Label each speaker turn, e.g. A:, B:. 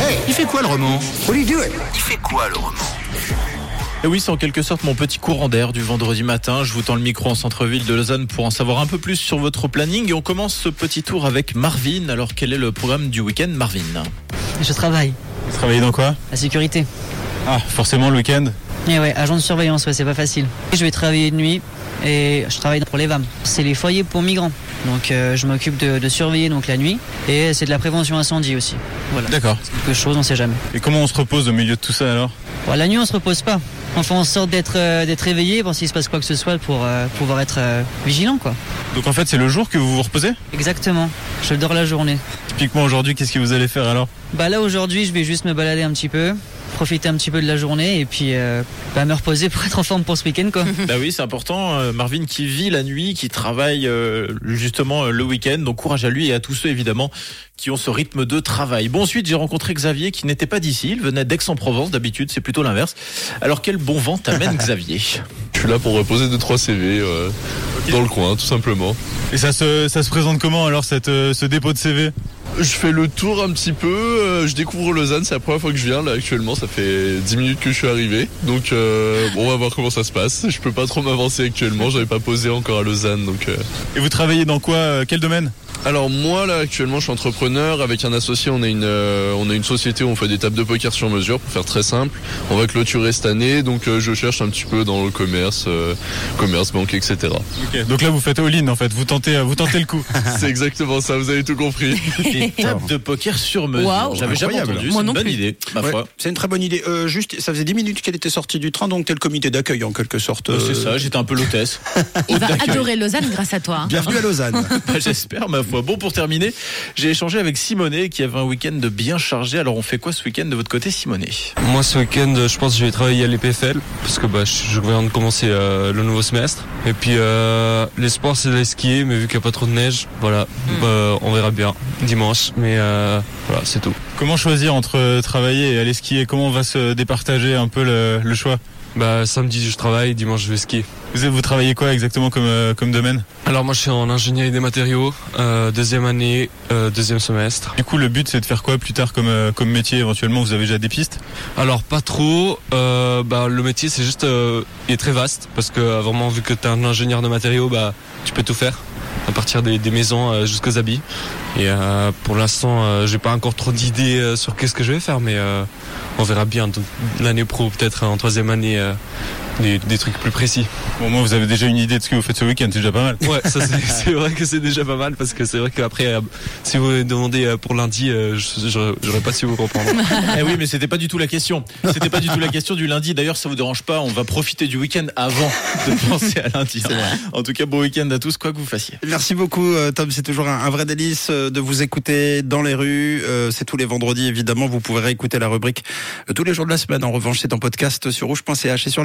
A: Hey, il fait quoi le roman
B: What do you do it?
A: Il fait quoi le roman
C: Et oui, c'est en quelque sorte mon petit courant d'air du vendredi matin. Je vous tends le micro en centre-ville de Lausanne pour en savoir un peu plus sur votre planning. Et on commence ce petit tour avec Marvin. Alors, quel est le programme du week-end, Marvin
D: Je travaille,
E: Travailler dans quoi
D: la sécurité.
E: Ah, forcément le week-end.
D: Et ouais, agent de surveillance, ouais, c'est pas facile. Je vais travailler de nuit et je travaille pour les VAM. C'est les foyers pour migrants. Donc euh, je m'occupe de, de surveiller donc la nuit et c'est de la prévention incendie aussi. Voilà.
E: D'accord.
D: C'est Quelque chose, on sait jamais.
E: Et comment on se repose au milieu de tout ça alors
D: Bon, la nuit, on se repose pas. On fait en sorte d'être euh, d'être éveillé pour s'il se passe quoi que ce soit pour euh, pouvoir être euh, vigilant quoi.
E: Donc en fait, c'est le jour que vous vous reposez
D: Exactement. Je dors la journée.
E: Typiquement aujourd'hui, qu'est-ce que vous allez faire alors
D: Bah là aujourd'hui, je vais juste me balader un petit peu, profiter un petit peu de la journée et puis euh, bah, me reposer pour être en forme pour ce week-end quoi.
C: Bah oui, c'est important. Euh, Marvin qui vit la nuit, qui travaille euh, justement euh, le week-end. Donc courage à lui et à tous ceux évidemment qui ont ce rythme de travail. Bon, ensuite j'ai rencontré Xavier qui n'était pas d'ici. Il venait d'Aix-en-Provence. D'habitude c'est plutôt l'inverse. Alors quel bon vent t'amène Xavier
F: Je suis là pour reposer 2-3 CV euh, dans le coin, tout simplement.
C: euh.
E: Et ça se, ça se présente comment alors cette, euh, ce dépôt de CV
F: Je fais le tour un petit peu, euh, je découvre Lausanne, c'est la première fois que je viens là actuellement, ça fait 10 minutes que je suis arrivé. Donc euh, bon, on va voir comment ça se passe. Je peux pas trop m'avancer actuellement, j'avais pas posé encore à Lausanne donc euh,
E: Et vous travaillez dans quoi euh, Quel domaine
F: Alors moi là actuellement je suis entrepreneur avec un associé on a une euh, on a une société où on fait des tables de poker sur mesure pour faire très simple. On va clôturer cette année donc euh, je cherche un petit peu dans le commerce, euh, commerce, banque, etc.
E: Donc là, vous faites all-in en fait. Vous tentez, euh, vous tentez le coup.
F: C'est exactement ça, vous avez tout compris.
C: Des tables de poker sur mesure.
G: Waouh.
C: J'avais jamais entendu.
B: Incroyable.
G: Moi
C: C'est une
G: non
C: bonne
G: plus.
C: idée. Ma
B: Ouais,
C: foi.
B: c'est une très bonne idée. Euh, juste, ça faisait 10 minutes qu'elle était sortie du train, donc t'es le comité d'accueil en quelque sorte.
C: Euh,
B: euh,
C: C'est ça, j'étais un peu l'hôtesse.
G: Il va
C: d'accueil.
G: adorer Lausanne grâce à toi. hein.
B: Bienvenue à Lausanne.
C: Bah, J'espère, ma foi. Bon, pour terminer, j'ai échangé avec Simonet qui avait un week-end bien chargé. Alors, on fait quoi ce week-end de votre côté, Simonet
H: Moi ce week-end je pense que je vais travailler à l'EPFL parce que bah, je je viens de commencer euh, le nouveau semestre. Et puis euh, les sports c'est d'aller skier mais vu qu'il n'y a pas trop de neige, voilà, bah, on verra bien dimanche. Mais euh, voilà c'est tout.
E: comment choisir entre euh, travailler et aller skier Comment on va se départager un peu le, le choix
H: Bah, samedi je travaille, dimanche je vais skier.
E: vous, vous travaillez quoi exactement comme, euh, comme domaine
H: Alors moi je suis en ingénierie des matériaux, euh, deuxième année, euh, deuxième semestre.
E: Du coup, le but c'est de faire quoi plus tard comme, euh, comme métier éventuellement Vous avez déjà des pistes
H: Alors pas trop. euh, bah, le métier c'est juste, euh, il est très vaste parce que euh, vraiment vu que t'es un ingénieur de matériaux, bah tu peux tout faire, à partir des, des maisons euh, jusqu'aux habits. Et euh, pour l'instant, euh, j'ai pas encore trop d'idées euh, sur qu'est-ce que je vais faire, mais euh, on verra bien donc, l'année pro peut-être en troisième année euh, des, des trucs plus précis.
E: Bon, moi, vous avez déjà une idée de ce que vous faites ce week-end, c'est déjà pas mal.
H: Ouais, ça c'est- c'est vrai que c'est déjà pas mal parce que c'est vrai qu'après, euh, si vous me demandez euh, pour lundi, euh, je- j'aurais j'aurais pas su vous comprendre.
C: Eh oui, mais c'était pas du tout la question. C'était pas du tout la question du lundi. D'ailleurs, ça vous dérange pas, on va profiter du week-end avant de penser à lundi. hein. En tout cas, bon week-end à tous, quoi que vous fassiez.
B: Merci beaucoup, euh, Tom. C'est toujours un, un vrai délice euh, de vous écouter dans les rues. Euh, c'est tous les vendredis, évidemment. Vous pouvez réécouter la rubrique euh, tous les jours de la semaine. En revanche, c'est en podcast sur rouge.ch et sur